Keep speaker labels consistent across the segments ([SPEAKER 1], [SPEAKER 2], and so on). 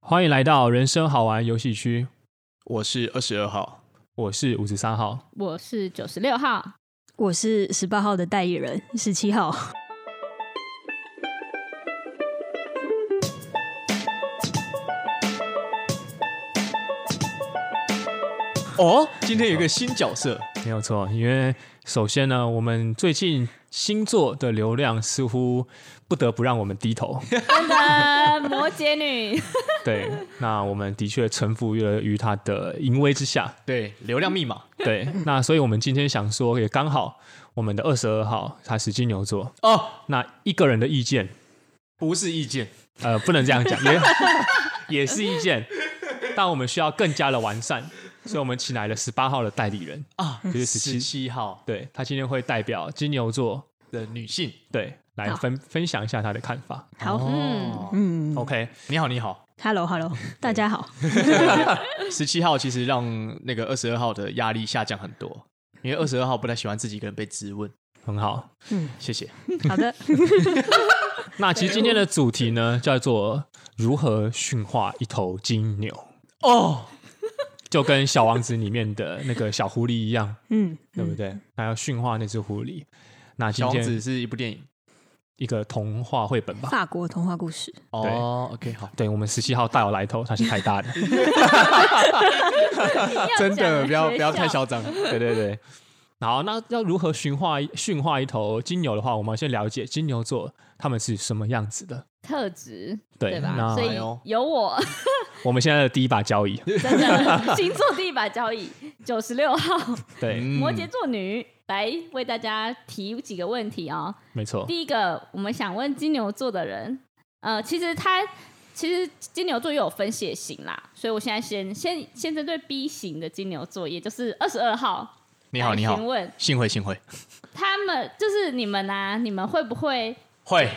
[SPEAKER 1] 欢迎来到人生好玩游戏区，
[SPEAKER 2] 我是二十二号，
[SPEAKER 1] 我是五十三号。
[SPEAKER 3] 我是九十六号，
[SPEAKER 4] 我是十八号的代言人，十七号。
[SPEAKER 2] 哦，今天有一个新角色，
[SPEAKER 1] 没有错，因为首先呢，我们最近星座的流量似乎不得不让我们低 头。
[SPEAKER 3] 真的摩羯女，
[SPEAKER 1] 对，那我们的确臣服于了于它的淫威之下。
[SPEAKER 2] 对，流量密码
[SPEAKER 1] 对，那所以我们今天想说，也刚好我们的二十二号他是金牛座，
[SPEAKER 2] 哦，
[SPEAKER 1] 那一个人的意见，
[SPEAKER 2] 不是意见，
[SPEAKER 1] 呃，不能这样讲，也 也是意见，但我们需要更加的完善，所以我们请来了十八号的代理人，
[SPEAKER 2] 啊，
[SPEAKER 1] 就是
[SPEAKER 2] 十
[SPEAKER 1] 17
[SPEAKER 2] 七号
[SPEAKER 1] 对他今天会代表金牛座，
[SPEAKER 2] 的女性。
[SPEAKER 1] 对，来分分享一下他的看法。
[SPEAKER 4] 好，
[SPEAKER 2] 哦，
[SPEAKER 4] 嗯
[SPEAKER 1] OK，
[SPEAKER 2] 你好，你好，
[SPEAKER 4] ，Hello，Hello，大家好。
[SPEAKER 2] 十七号其实让那个二十二号的压力下降很多，因为二十二号不太喜欢自己一个人被质问。
[SPEAKER 1] 很好。
[SPEAKER 2] 谢谢。
[SPEAKER 4] 好的，
[SPEAKER 1] 那其实今天的主题呢，叫做如何驯化一头金牛。
[SPEAKER 2] 哦，
[SPEAKER 1] 就跟《小王子》里面的那个小狐狸一样，
[SPEAKER 4] 嗯，
[SPEAKER 1] 对不对？他要驯化那只狐狸。那今
[SPEAKER 2] 小王
[SPEAKER 1] 天
[SPEAKER 2] 子是一部电影。
[SPEAKER 1] 一个童话绘本吧。
[SPEAKER 4] 法国童话故事，
[SPEAKER 2] 哦，OK，好，
[SPEAKER 1] 对我们十七号大有来头，他是太大的。
[SPEAKER 2] 啊真的不要不要太
[SPEAKER 3] 小。
[SPEAKER 2] 嚣张。
[SPEAKER 1] 对对对。好，那要如何驯化驯化一头金牛的话，我们要先了解金牛座他们是什么样子的。
[SPEAKER 3] 特质，
[SPEAKER 1] 对
[SPEAKER 3] 对
[SPEAKER 1] 那
[SPEAKER 3] 吧？所
[SPEAKER 2] 哎
[SPEAKER 3] 以
[SPEAKER 2] 呦
[SPEAKER 3] 有 我，
[SPEAKER 1] 我们现在的第一把交椅，
[SPEAKER 3] 真的星座第一把交椅，九十六号
[SPEAKER 1] 对，
[SPEAKER 2] 嗯
[SPEAKER 3] 摩羯座女，来为大家提几个问题哦。
[SPEAKER 1] 没错，
[SPEAKER 3] 第一个，我们想问金牛座的人，呃，其实他其实金牛座又有分血型啦，所以我现在先先先针对 B 型的金牛座，也就是二十二号，
[SPEAKER 2] 你好，
[SPEAKER 3] 来
[SPEAKER 2] 你好
[SPEAKER 3] 询，问
[SPEAKER 2] 幸会，幸会，
[SPEAKER 3] 他们就是你们啊，你们会不 会
[SPEAKER 2] 会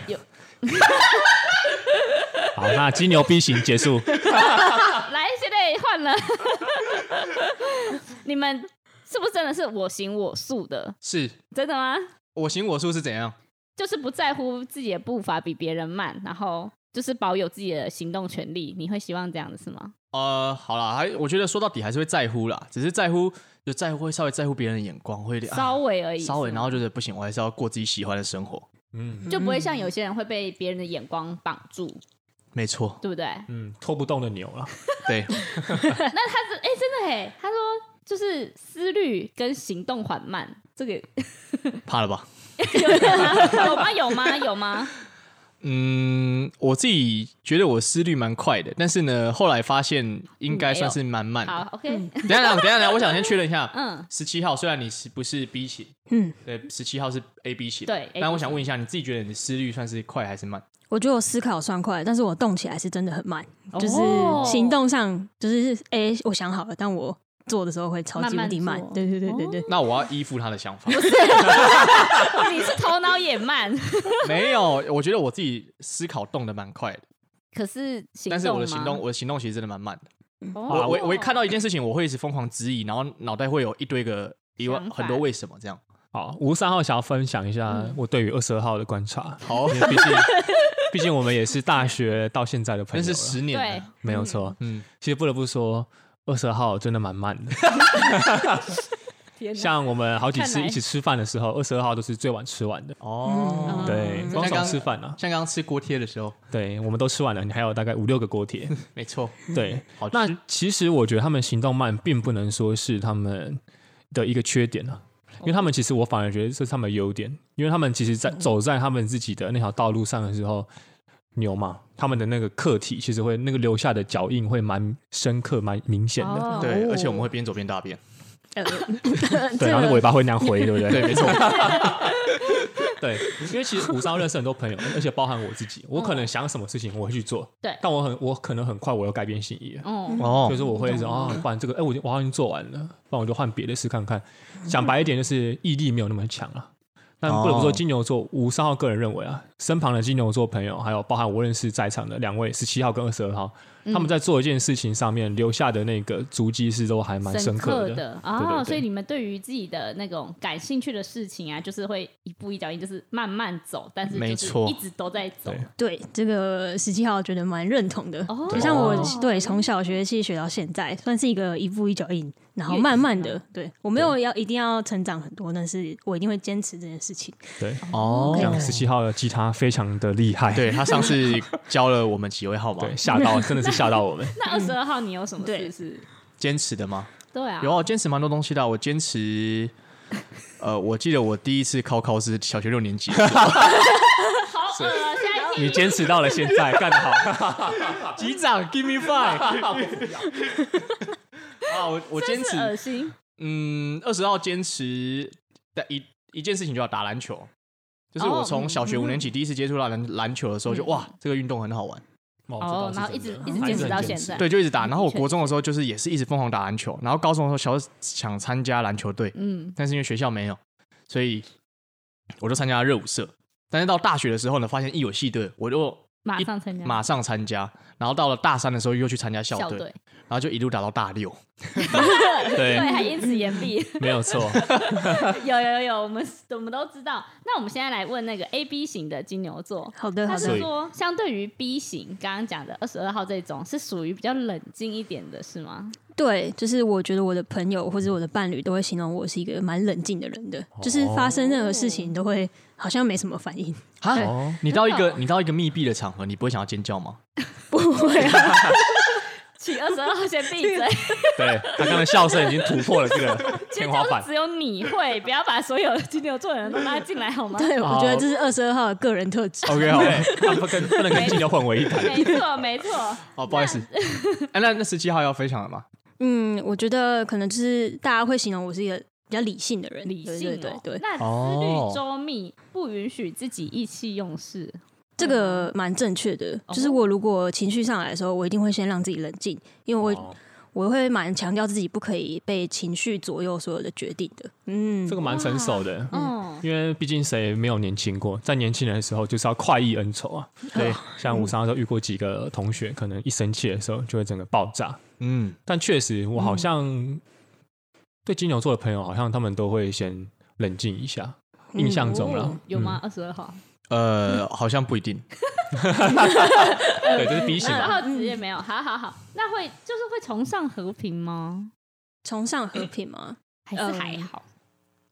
[SPEAKER 1] 好，那金牛 B 型结 束，
[SPEAKER 3] 来，现在换了。 你们是不是真的是我行我素的？
[SPEAKER 2] 是
[SPEAKER 3] 真的吗？
[SPEAKER 2] 我行我素是怎样？
[SPEAKER 3] 就是不在乎自己的步伐比别人慢，然后就是保有自己的行动权利。你会希望这样子是吗？
[SPEAKER 2] 呃，好啦，还我觉得说到底还是会在乎啦，只是在乎就在乎会稍微在乎别人的眼光，会有点啊
[SPEAKER 3] 稍微而已，
[SPEAKER 2] 稍微，
[SPEAKER 3] 是
[SPEAKER 2] 然
[SPEAKER 3] 吗
[SPEAKER 2] 后就是不行，我还是要过自己喜欢的生活。
[SPEAKER 1] 嗯
[SPEAKER 3] 就不会像有些人会被别人的眼光绑住，
[SPEAKER 2] 没错，
[SPEAKER 3] 对不对？
[SPEAKER 1] 嗯，拖不动的牛了，
[SPEAKER 2] 对，
[SPEAKER 3] 那他是哎、真的哎，他说就是思虑跟行动缓慢，这 个
[SPEAKER 2] 怕了吧？
[SPEAKER 3] 有有吗？有吗？有吗？
[SPEAKER 2] 嗯，我自己觉得我思虑蛮快的，但是呢，后来发现应该算是蛮慢
[SPEAKER 3] 好
[SPEAKER 2] 的。
[SPEAKER 3] ，OK，
[SPEAKER 4] 嗯
[SPEAKER 2] 等一下，等一下等一下，等一下，我想先确认一下。
[SPEAKER 3] 嗯，
[SPEAKER 2] 十七号虽然你是不是 B 型，
[SPEAKER 4] 嗯，
[SPEAKER 2] 对，十七号是 A B 型，
[SPEAKER 3] 对 AB
[SPEAKER 2] 但我想问一下，你自己觉得你的思虑算是快还是慢？
[SPEAKER 4] 我觉得我思考算快，但是我动起来是真的很慢，
[SPEAKER 3] 哦
[SPEAKER 4] 就是行动上就是哎、我想好了，但我做的时候会超级无敌慢
[SPEAKER 3] 慢慢。做
[SPEAKER 4] 对对对对对，
[SPEAKER 2] 那我要依附他的想法。
[SPEAKER 3] 你是头脑也慢，
[SPEAKER 2] 没有，我觉得我自己思考动得蛮快的，
[SPEAKER 3] 可是行动吗
[SPEAKER 2] 但是我的行动，我的行动其实真的蛮慢的。
[SPEAKER 3] 哦
[SPEAKER 2] 啊我我我一看到一件事情，我会一直疯狂质疑，然后脑袋会有一堆个一万
[SPEAKER 3] 想法
[SPEAKER 2] 很多为什么这样。
[SPEAKER 1] 好，五三号想要分享一下我对于二十二号的观察，
[SPEAKER 2] 好，
[SPEAKER 1] 因为毕竟毕竟我们也是大学到现在的朋
[SPEAKER 2] 那
[SPEAKER 1] 友
[SPEAKER 2] 是
[SPEAKER 1] 了，
[SPEAKER 2] 十年
[SPEAKER 3] 对
[SPEAKER 2] 了，
[SPEAKER 1] 没有错。
[SPEAKER 2] 嗯，
[SPEAKER 1] 其实不得不说，二十号真的蛮慢的。
[SPEAKER 3] 天哪
[SPEAKER 1] 像我们好几次
[SPEAKER 3] 看来
[SPEAKER 1] 一起吃饭的时候，二十二号都是最晚吃完的。
[SPEAKER 2] 哦
[SPEAKER 3] 嗯
[SPEAKER 1] 对，
[SPEAKER 3] 嗯
[SPEAKER 1] 光爽
[SPEAKER 2] 像刚
[SPEAKER 1] 吃饭啊，
[SPEAKER 2] 像刚刚吃锅贴的时候，
[SPEAKER 1] 对，我们都吃完了，你还有大概五六个锅贴。
[SPEAKER 2] 没错，
[SPEAKER 1] 对，
[SPEAKER 2] 好吃
[SPEAKER 1] 那其实我觉得他们行动慢，并不能说是他们的一个缺点啊，因为他们其实我反而觉得这是他们的优点，因为他们其实在走在他们自己的那条道路上的时候，牛嘛，他们的那个课题其实会那个留下的脚印会蛮深刻、蛮明显的。
[SPEAKER 3] 哦
[SPEAKER 2] 对，而且我们会边走边大便，
[SPEAKER 4] 呃，
[SPEAKER 1] 对，
[SPEAKER 4] 对
[SPEAKER 1] 然后那个尾巴会那样回，对不对？
[SPEAKER 2] 对，没错，
[SPEAKER 1] 对，因为其实五三认识很多朋友，而且包含我自己，我可能想什么事情我会去做，
[SPEAKER 3] 对
[SPEAKER 1] 但我很我可能很快我又改变心意了，
[SPEAKER 4] 嗯
[SPEAKER 3] 哦，
[SPEAKER 2] 哦
[SPEAKER 1] 就，是我会说啊，不然这个哎、我已经我好像已经做完了，不然我就换别的事看看。讲白一点，就是毅力没有那么强了、但不得不说，
[SPEAKER 2] 哦
[SPEAKER 1] 金牛座五三号个人认为啊，身旁的金牛座朋友，还有包含我认识在场的两位十七号跟二十二号，
[SPEAKER 3] 嗯
[SPEAKER 1] 他们在做一件事情上面留下的那个足迹是都还蛮深刻
[SPEAKER 3] 的
[SPEAKER 1] 的。
[SPEAKER 3] 哦
[SPEAKER 1] 对对对
[SPEAKER 3] 所以你们对于自己的那种感兴趣的事情啊，就是会一步一脚印，就是慢慢走，但是就
[SPEAKER 2] 没
[SPEAKER 3] 是
[SPEAKER 2] 错
[SPEAKER 3] 一直都在走。
[SPEAKER 1] 对
[SPEAKER 4] 对这个十七号觉得蛮认同的，
[SPEAKER 3] 哦
[SPEAKER 4] 就像我
[SPEAKER 3] 对
[SPEAKER 4] 对从小学期学到现在，算是一个一步一脚印，然后
[SPEAKER 3] 越啊
[SPEAKER 4] 慢慢
[SPEAKER 3] 越
[SPEAKER 4] 的，对我没有要一定要成长很多，但是我一定会坚持这件事情。
[SPEAKER 1] 对，
[SPEAKER 2] 哦
[SPEAKER 1] 像十七号的吉他非常的厉害，
[SPEAKER 2] 对他上次教了我们几位号码，
[SPEAKER 1] 对，吓到真的是吓到我们。
[SPEAKER 3] 那二十二号你有什么
[SPEAKER 4] 对
[SPEAKER 3] 事是？
[SPEAKER 2] 坚持的吗？
[SPEAKER 3] 对啊，
[SPEAKER 2] 有啊，我坚持蛮多东西的啊。我坚持，呃，我记得我第一次考考是小学六年级的时候，
[SPEAKER 3] 好恶啊！下一题
[SPEAKER 1] 你坚持到了现在，干得 好！
[SPEAKER 2] 机长 give me five。啊，我我坚
[SPEAKER 3] 真是恶
[SPEAKER 2] 持，
[SPEAKER 3] 心。
[SPEAKER 2] 嗯，二十号坚持的一一件事情就要打篮球，就是
[SPEAKER 3] 哦
[SPEAKER 2] 我从小学
[SPEAKER 3] 嗯
[SPEAKER 2] 五年级第一次接触到篮篮球的时候，就
[SPEAKER 3] 嗯
[SPEAKER 2] 哇，这个运动很好玩，
[SPEAKER 3] 哦，然后一直一直坚持到现在，
[SPEAKER 2] 对，就一直打。
[SPEAKER 3] 嗯
[SPEAKER 2] 然后我
[SPEAKER 3] 的确
[SPEAKER 2] 国中的时候就是也是一直疯狂打篮球，然后高中的时候想想参加篮球队，
[SPEAKER 3] 嗯，
[SPEAKER 2] 但是因为学校没有，所以我就参加了热舞社。但是到大学的时候呢，发现一有系队，我就
[SPEAKER 3] 马上参加
[SPEAKER 2] 马上参加。然后到了大三的时候，又去参加校
[SPEAKER 3] 校
[SPEAKER 2] 队，
[SPEAKER 3] 队，
[SPEAKER 2] 然后就一路打到大六。
[SPEAKER 3] 对，
[SPEAKER 1] 对，
[SPEAKER 3] 还因此言毕。
[SPEAKER 1] 没有错。
[SPEAKER 3] 有有有，我们我们都知道。那我们现在来问那个 A B 型的金牛座，
[SPEAKER 4] 好的，
[SPEAKER 3] 他
[SPEAKER 4] 好
[SPEAKER 3] 是
[SPEAKER 4] 的，
[SPEAKER 3] 说，相对于 B 型，刚刚讲的二十二号这种，是属于比较冷静一点的，是吗？
[SPEAKER 4] 对，就是我觉得我的朋友或者我的伴侣都会形容我是一个蛮冷静的人的，就是发生任何事情都会好像没什么反应，
[SPEAKER 2] 哈，
[SPEAKER 1] 哦，
[SPEAKER 2] 你到一
[SPEAKER 3] 真
[SPEAKER 2] 个
[SPEAKER 3] 的哦
[SPEAKER 2] 你到一个密闭的场合，你不会想要尖叫吗？
[SPEAKER 4] 不会啊，
[SPEAKER 3] 请二十二号先闭嘴，
[SPEAKER 1] 对他刚才笑声已经突破了这个天花板
[SPEAKER 3] 只。有你会，不要把所有金牛座的人都拉进来好吗？
[SPEAKER 4] 对，我觉得这是二十二号的个人特质。
[SPEAKER 2] OK，好，
[SPEAKER 1] 对，他不跟不能跟金牛混为一谈。
[SPEAKER 3] 没错，没错，
[SPEAKER 2] 哦，不好意思，哎，那那十七号要分享了吗？
[SPEAKER 4] 嗯，我觉得可能就是大家会形容我是一个比较理性的人，
[SPEAKER 3] 理性、哦。
[SPEAKER 4] 对对对对，
[SPEAKER 3] 那思虑周密，不允许自己意气用事。
[SPEAKER 4] 这个蛮正确的。
[SPEAKER 3] 哦
[SPEAKER 4] 就是我如果情绪上来的时候，我一定会先让自己冷静，因为我、
[SPEAKER 1] 哦
[SPEAKER 4] 我会蛮强调自己不可以被情绪左右所有的决定的。嗯，
[SPEAKER 1] 这个蛮成熟的，
[SPEAKER 3] 嗯，
[SPEAKER 1] 因为毕竟谁没有年轻过？在年轻人的时候，就是要快意恩仇啊。
[SPEAKER 2] 对，
[SPEAKER 1] 像五三二都遇过几个同学，可能一生气的时候就会整个爆炸。
[SPEAKER 2] 嗯，
[SPEAKER 1] 但确实，我好像对金牛座的朋友，好像他们都会先冷静一下。
[SPEAKER 4] 嗯
[SPEAKER 1] 印象中了
[SPEAKER 3] 哦，有吗？二十二号，
[SPEAKER 2] 呃，好像不一定。
[SPEAKER 1] 嗯？对，这是 B 型
[SPEAKER 3] 然
[SPEAKER 1] 嘛。
[SPEAKER 3] 后职业没有，好好好，那会就是会崇尚和平吗？
[SPEAKER 4] 崇尚和平吗？
[SPEAKER 3] 还是还好，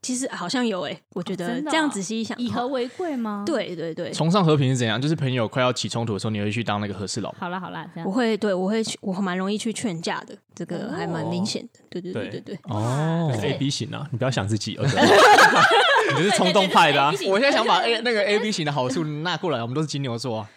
[SPEAKER 4] 其实好像有诶、我觉
[SPEAKER 3] 哦
[SPEAKER 4] 得
[SPEAKER 3] 真的哦
[SPEAKER 4] 这样仔细一想，
[SPEAKER 3] 以和为贵吗？，
[SPEAKER 4] 对对对，
[SPEAKER 2] 崇尚和平是怎样？就是朋友快要起冲突的时候，你会去当那个和事佬。
[SPEAKER 3] 好啦好啦，这样
[SPEAKER 4] 我会对我会去我蛮容易去劝架的，这个还蛮明显的。对对对
[SPEAKER 1] 对
[SPEAKER 4] 对对，
[SPEAKER 2] 哦
[SPEAKER 1] 我是
[SPEAKER 3] 对
[SPEAKER 1] A B 型啊，你不要想自己，你 就是冲动派的啊
[SPEAKER 3] 对。对对对
[SPEAKER 2] 我现在想把 A 那个 A B 型的好处纳过来，我们都是金牛座啊。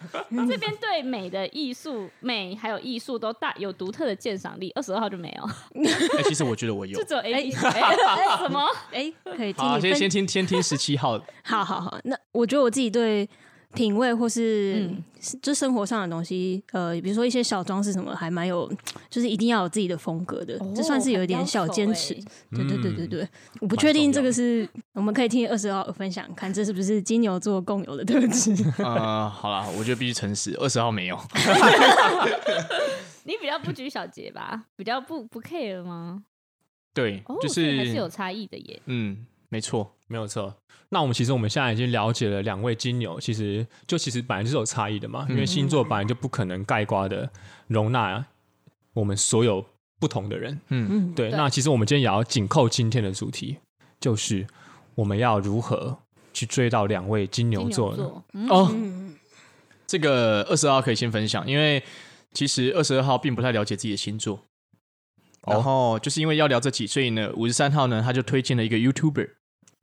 [SPEAKER 3] 这边对美的艺术、美还有艺术都大有独特的鉴赏力，二十二号就没 有，
[SPEAKER 2] 哎，其实我觉得我有
[SPEAKER 3] 就。只有 A B 什么？
[SPEAKER 4] 哎、可以听
[SPEAKER 2] 好啊，
[SPEAKER 4] 你
[SPEAKER 2] 先
[SPEAKER 4] 分
[SPEAKER 2] 先听先听十七号的，
[SPEAKER 4] 好好好，那我觉得我自己对品味或是、
[SPEAKER 3] 嗯
[SPEAKER 4] 就生活上的东西，呃，比如说一些小装饰什么，还蛮有，就是一定要有自己的风格的，
[SPEAKER 3] 哦
[SPEAKER 4] 这算是有一点小
[SPEAKER 3] 欸
[SPEAKER 4] 坚持。对对对对对，我不确定这个是我们可以听二十号分享，看这是不是金牛座共有的特质。
[SPEAKER 2] 呃，好啦，我觉得必须诚实，二十号没有。
[SPEAKER 3] 你比较不拘小节吧，比较不不 care 吗？
[SPEAKER 2] 对
[SPEAKER 3] 哦，，
[SPEAKER 2] 就
[SPEAKER 3] 所以还是有
[SPEAKER 2] 是
[SPEAKER 3] 差异的耶。
[SPEAKER 2] 嗯，没错，
[SPEAKER 1] 没有错。那我们其实我们现在已经了解了两位金牛，其实就其实本来就是有差异的嘛，因
[SPEAKER 2] 嗯
[SPEAKER 1] 为星座本来就不可能概括的容纳我们所有不同的人。
[SPEAKER 2] 嗯，
[SPEAKER 4] 嗯，
[SPEAKER 1] 对，
[SPEAKER 3] 对
[SPEAKER 1] 那其实我们今天也要紧扣今天的主题，就是我们要如何去追到两位金牛座
[SPEAKER 3] 金
[SPEAKER 1] 呢？
[SPEAKER 3] 座，嗯，
[SPEAKER 2] 哦，
[SPEAKER 4] 嗯，
[SPEAKER 2] 这个二十二号可以先分享，因为其实二十二号并不太了解自己的星座。
[SPEAKER 1] 哦
[SPEAKER 2] 然后就是因为要聊这集，所以呢，五十三号呢，他就推荐了一个 YouTuber，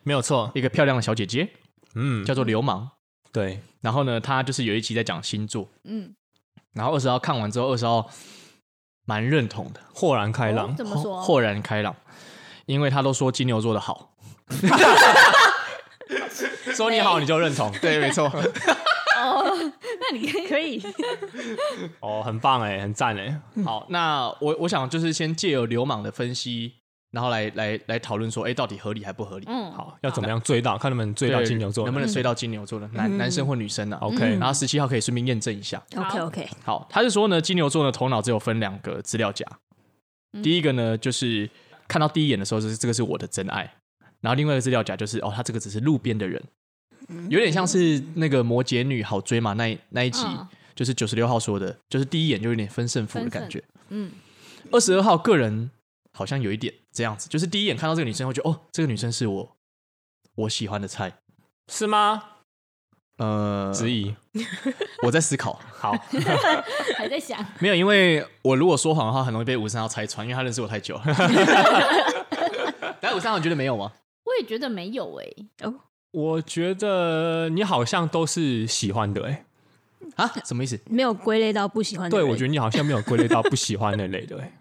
[SPEAKER 1] 没有错，
[SPEAKER 2] 一个漂亮的小姐姐，
[SPEAKER 1] 嗯，
[SPEAKER 2] 叫做流氓。
[SPEAKER 1] 对，
[SPEAKER 2] 然后呢，她就是有一集在讲星座，
[SPEAKER 3] 嗯，
[SPEAKER 2] 然后二十号看完之后，二十号蛮认同的，
[SPEAKER 1] 豁然开朗
[SPEAKER 3] 哦，怎么 说？
[SPEAKER 2] 豁然开朗，因为他都说金牛座的好。
[SPEAKER 1] 说你好你就认同，
[SPEAKER 2] 对，没 错。
[SPEAKER 3] 哦， 那你可以
[SPEAKER 4] 可以，
[SPEAKER 1] 哦，很棒哎，很赞哎，
[SPEAKER 2] 好，那我我想就是先借由流氓的分析，然后来来来讨论说，哎，到底合理还不合理？
[SPEAKER 3] 嗯
[SPEAKER 2] 好，
[SPEAKER 1] 要怎么样追到？看能不能追到
[SPEAKER 2] 对
[SPEAKER 1] 金牛座，嗯
[SPEAKER 2] 能不能追到金牛座
[SPEAKER 3] 嗯
[SPEAKER 2] 的男男生或女生啊
[SPEAKER 1] OK
[SPEAKER 2] 然后十七号可以顺便验证一下。
[SPEAKER 4] OK OK，
[SPEAKER 2] 好，他是说呢，金牛座呢头脑只有分两个资料夹，
[SPEAKER 3] 嗯
[SPEAKER 2] 第一个呢就是看到第一眼的时候，就是这个是我的真爱，然后另外一个资料夹就是哦，他这个只是路边的人，
[SPEAKER 3] 嗯
[SPEAKER 2] 有点像是那个摩羯女好追嘛那一那一集，
[SPEAKER 3] 嗯
[SPEAKER 2] 就是九十六号说的，就是第一眼就有点分胜负的
[SPEAKER 3] 分
[SPEAKER 2] 感
[SPEAKER 3] 胜
[SPEAKER 2] 觉。
[SPEAKER 3] 嗯，
[SPEAKER 2] 二十二号个人好像有一点这样子，就是第一眼看到这个女生，会觉得哦，这个女生是我我喜欢的菜。
[SPEAKER 1] 是吗？
[SPEAKER 2] 呃，
[SPEAKER 1] 质疑，
[SPEAKER 2] 我在思考，
[SPEAKER 1] 好，
[SPEAKER 3] 还在想，
[SPEAKER 2] 没有，因为我如果说谎的话，很容易被五三号拆穿，因为他认识我太久 了。但五三号你觉得没有吗？
[SPEAKER 3] 我也觉得没有哎、
[SPEAKER 1] 我觉得你好像都是喜欢的、欸，哎，
[SPEAKER 2] 啊，什么意思？
[SPEAKER 4] 没有归类到不喜欢的
[SPEAKER 1] 对
[SPEAKER 4] 人。
[SPEAKER 1] 我觉得你好像没有归类到不喜欢那类的、欸，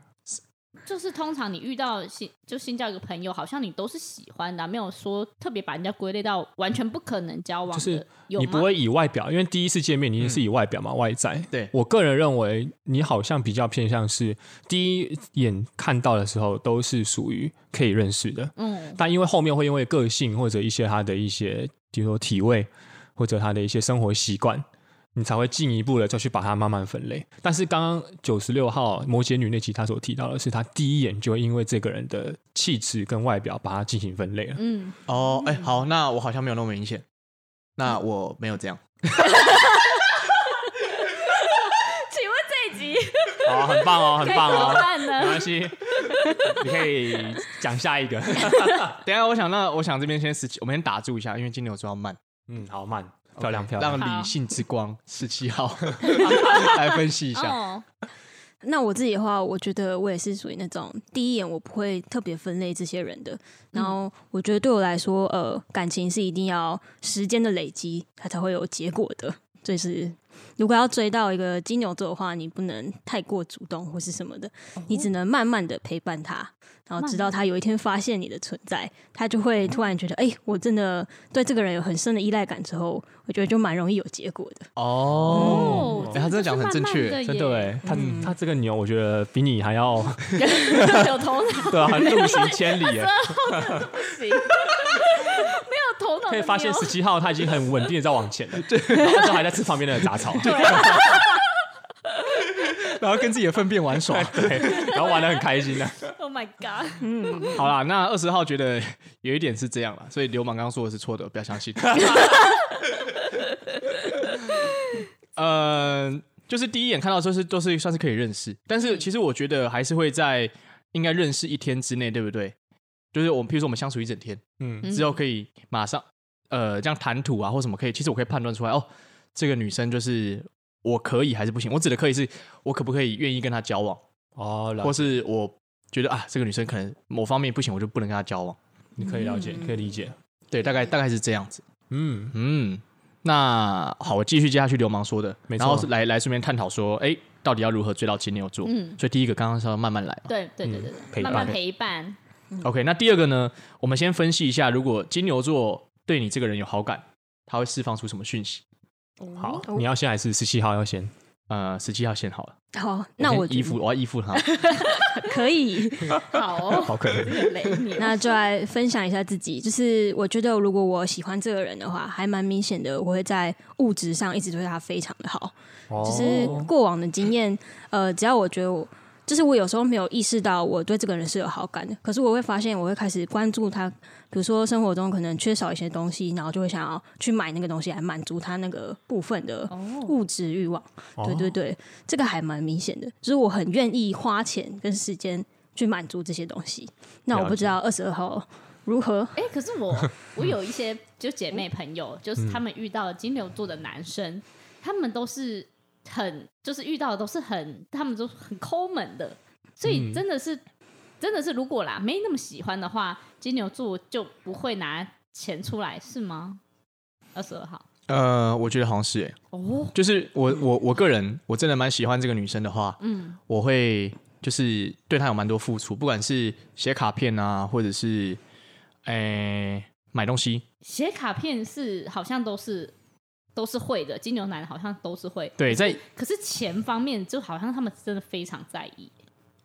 [SPEAKER 3] 就是通常你遇到新就新交一个朋友，好像你都是喜欢的啊、没有说特别把人家归类到完全不可能交往的，
[SPEAKER 1] 就是
[SPEAKER 3] 有
[SPEAKER 1] 你
[SPEAKER 3] 吗嗯
[SPEAKER 1] 不会以外表，因为第一次见面你一定是以外表嘛，外在。
[SPEAKER 2] 对
[SPEAKER 1] 我个人认为，你好像比较偏向是第一眼看到的时候都是属于可以认识的，
[SPEAKER 3] 嗯
[SPEAKER 1] 但因为后面会因为个性或者一些他的一些，比如说体味或者他的一些生活习惯，你才会进一步的再去把它慢慢分类。但是刚刚九十六号摩羯女那集她所提到的是，她第一眼就会因为这个人的气质跟外表把它进行分类了。
[SPEAKER 3] 嗯，
[SPEAKER 2] 哦，哎、好，那我好像没有那么明显，那我没有这样。
[SPEAKER 3] 请问这一集
[SPEAKER 1] 哦，很棒哦，很
[SPEAKER 3] 该
[SPEAKER 1] 棒
[SPEAKER 3] 怎么
[SPEAKER 1] 哦。
[SPEAKER 3] 办
[SPEAKER 1] 没
[SPEAKER 3] 呢？
[SPEAKER 1] 关系， 你可以讲下一个。
[SPEAKER 2] 等一下，我想那我想这边先十七，我们先打住一下，因为金牛座要 慢，
[SPEAKER 1] 嗯，好慢，漂亮漂亮。
[SPEAKER 2] 让理性之光十 七号来分析一下。
[SPEAKER 3] 哦，
[SPEAKER 4] 那我自己的话，我觉得我也是属于那种第一眼我不会特别分类这些人的。
[SPEAKER 3] 嗯
[SPEAKER 4] 然后我觉得对我来说，呃，感情是一定要时间的累积，它才会有结果的。就是如果要追到一个金牛座的话，你不能太过主动或是什么的，
[SPEAKER 3] 哦
[SPEAKER 4] 你只能慢慢的陪伴他，然后直到他有一天发现你的存在，他就
[SPEAKER 3] 嗯
[SPEAKER 4] 会突然觉得，哎、我真的对这个人有很深的依赖感。之后，我觉得就蛮容易有结果的。
[SPEAKER 2] 哦，
[SPEAKER 3] 哦
[SPEAKER 2] 哎他真的讲得很正确
[SPEAKER 1] 真的哎，他
[SPEAKER 3] 嗯
[SPEAKER 1] 他这个牛，我觉得比你还 要
[SPEAKER 3] 哎， 有头脑
[SPEAKER 1] 对啊，路行千里哎。
[SPEAKER 3] 不行，没有头脑的
[SPEAKER 1] 可以发现
[SPEAKER 3] 牛
[SPEAKER 1] 十七号他已经很稳定的在往 前了，然后就还在吃旁边的杂草，
[SPEAKER 2] 然后跟自己的粪便玩耍。
[SPEAKER 1] 对，然后玩的很开心的。
[SPEAKER 3] Oh my god！
[SPEAKER 2] 好啦，那二十号觉得有一点是这样啦，所以流氓刚刚说的是错的，不要相信。 呃，就是第一眼看到就是都是算是可以认识，但是其实我觉得还是会在应该认识一天之内，对不对？就是我们，譬如说我们相处一整天，
[SPEAKER 1] 嗯，
[SPEAKER 2] 之后可以马上呃这样谈吐啊或什么可以，其实我可以判断出来哦，这个女生就是我可以还是不行。我指的可以是我可不可以愿意跟她交往，
[SPEAKER 1] 哦，
[SPEAKER 2] 或
[SPEAKER 1] 了
[SPEAKER 2] 是我觉得啊这个女生可能某方面不行，我就不能跟她交往。
[SPEAKER 1] 你可以了
[SPEAKER 3] 嗯
[SPEAKER 1] 解，可以理解。
[SPEAKER 2] 对，大概大概是这样子。
[SPEAKER 1] 嗯，
[SPEAKER 2] 嗯，那好，我继续接下去流氓说的，
[SPEAKER 1] 没
[SPEAKER 2] 然后
[SPEAKER 1] 错
[SPEAKER 2] 是来来顺便探讨说，哎，到底要如何追到金牛座？
[SPEAKER 3] 嗯
[SPEAKER 2] 所以第一个刚刚是要慢慢来嘛。
[SPEAKER 3] 对对对对
[SPEAKER 1] 嗯
[SPEAKER 3] 对，
[SPEAKER 1] 陪
[SPEAKER 3] 慢
[SPEAKER 1] 伴
[SPEAKER 3] 慢陪伴，
[SPEAKER 2] OK，那第二个呢，我们先分析一下，如果金牛座对你这个人有好感，他会释放出什么讯息？
[SPEAKER 3] 哦
[SPEAKER 1] 好，你要先还是十七号要先？
[SPEAKER 2] 呃，十七号线好了，
[SPEAKER 4] 好，那我
[SPEAKER 2] 先依附，我要依附他。
[SPEAKER 4] 可以。
[SPEAKER 3] 好哦， 好可怜，累你
[SPEAKER 4] 那就来分享一下自己，就是我觉得如果我喜欢这个人的话，还蛮明显的，我会在物质上一直对他非常的好。就是
[SPEAKER 1] 哦
[SPEAKER 4] 过往的经验，呃，只要我觉得我。就是我有时候没有意识到我对这个人是有好感的，可是我会发现，我会开始关注他，比如说生活中可能缺少一些东西，然后就会想要去买那个东西来满足他那个部分的
[SPEAKER 3] 哦
[SPEAKER 4] 物质欲望。对对对，这个还蛮明显的，就是我很愿意花钱跟时间去满足这些东西。那我
[SPEAKER 1] 了
[SPEAKER 4] 不知
[SPEAKER 1] 解
[SPEAKER 4] 道二十二号如何
[SPEAKER 3] 哎、可是 我我有一些就姐妹朋友，
[SPEAKER 2] 嗯
[SPEAKER 3] 就是他们遇到金牛座的男生，他们都是很就是遇到的都是很他们都很抠门的，所
[SPEAKER 2] 嗯
[SPEAKER 3] 以真的是、真的是如果啦没那么喜欢的话，金牛座就不会拿钱出来是吗？二十二号
[SPEAKER 2] 呃，我觉得好像是哎、
[SPEAKER 3] 哦，
[SPEAKER 2] 就是我我我个人我真的蛮喜欢这个女生的话，
[SPEAKER 3] 嗯，
[SPEAKER 2] 我会就是对她有蛮多付出，不管是写卡片啊，或者是诶、买东西，
[SPEAKER 3] 写卡片是好像都是都是会的，金牛男好像都是会，
[SPEAKER 2] 对，在
[SPEAKER 3] 可是钱方面就好像他们真的非常在意，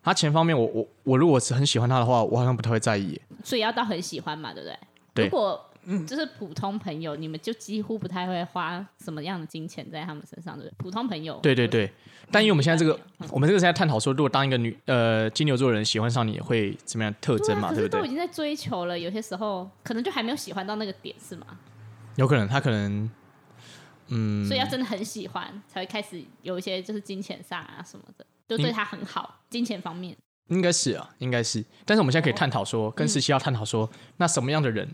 [SPEAKER 2] 他钱方面我，我我如果是很喜欢他的话，我好像不太会在意耶。
[SPEAKER 3] 所以要到很喜欢嘛，对不对？
[SPEAKER 2] 对
[SPEAKER 3] 如果嗯
[SPEAKER 4] 嗯
[SPEAKER 3] 就是普通朋友，你们就几乎不太会花什么样的金钱在他们身上，对不对？普通朋友，
[SPEAKER 2] 对对对，但因为我们现在这个
[SPEAKER 3] 嗯，
[SPEAKER 2] 我们这个是在探讨说，如果当一个女呃金牛座的人喜欢上你，会怎么样特
[SPEAKER 3] 对
[SPEAKER 2] 征
[SPEAKER 3] 啊，
[SPEAKER 2] 嘛，
[SPEAKER 3] 可
[SPEAKER 2] 对
[SPEAKER 3] 是
[SPEAKER 2] 不
[SPEAKER 3] 都已
[SPEAKER 2] 对？
[SPEAKER 3] 经在追求了，有些时候可能就还没有喜欢到那个点，是吗？
[SPEAKER 2] 有可能他可能，嗯，
[SPEAKER 3] 所以要真的很喜欢，才会开始有一些就是金钱上啊什么的，就
[SPEAKER 2] 嗯
[SPEAKER 3] 对他很好，金钱方面。
[SPEAKER 2] 应该是啊，应该是。但是我们现在可以探讨说，跟实习要探讨说，那什么样的人，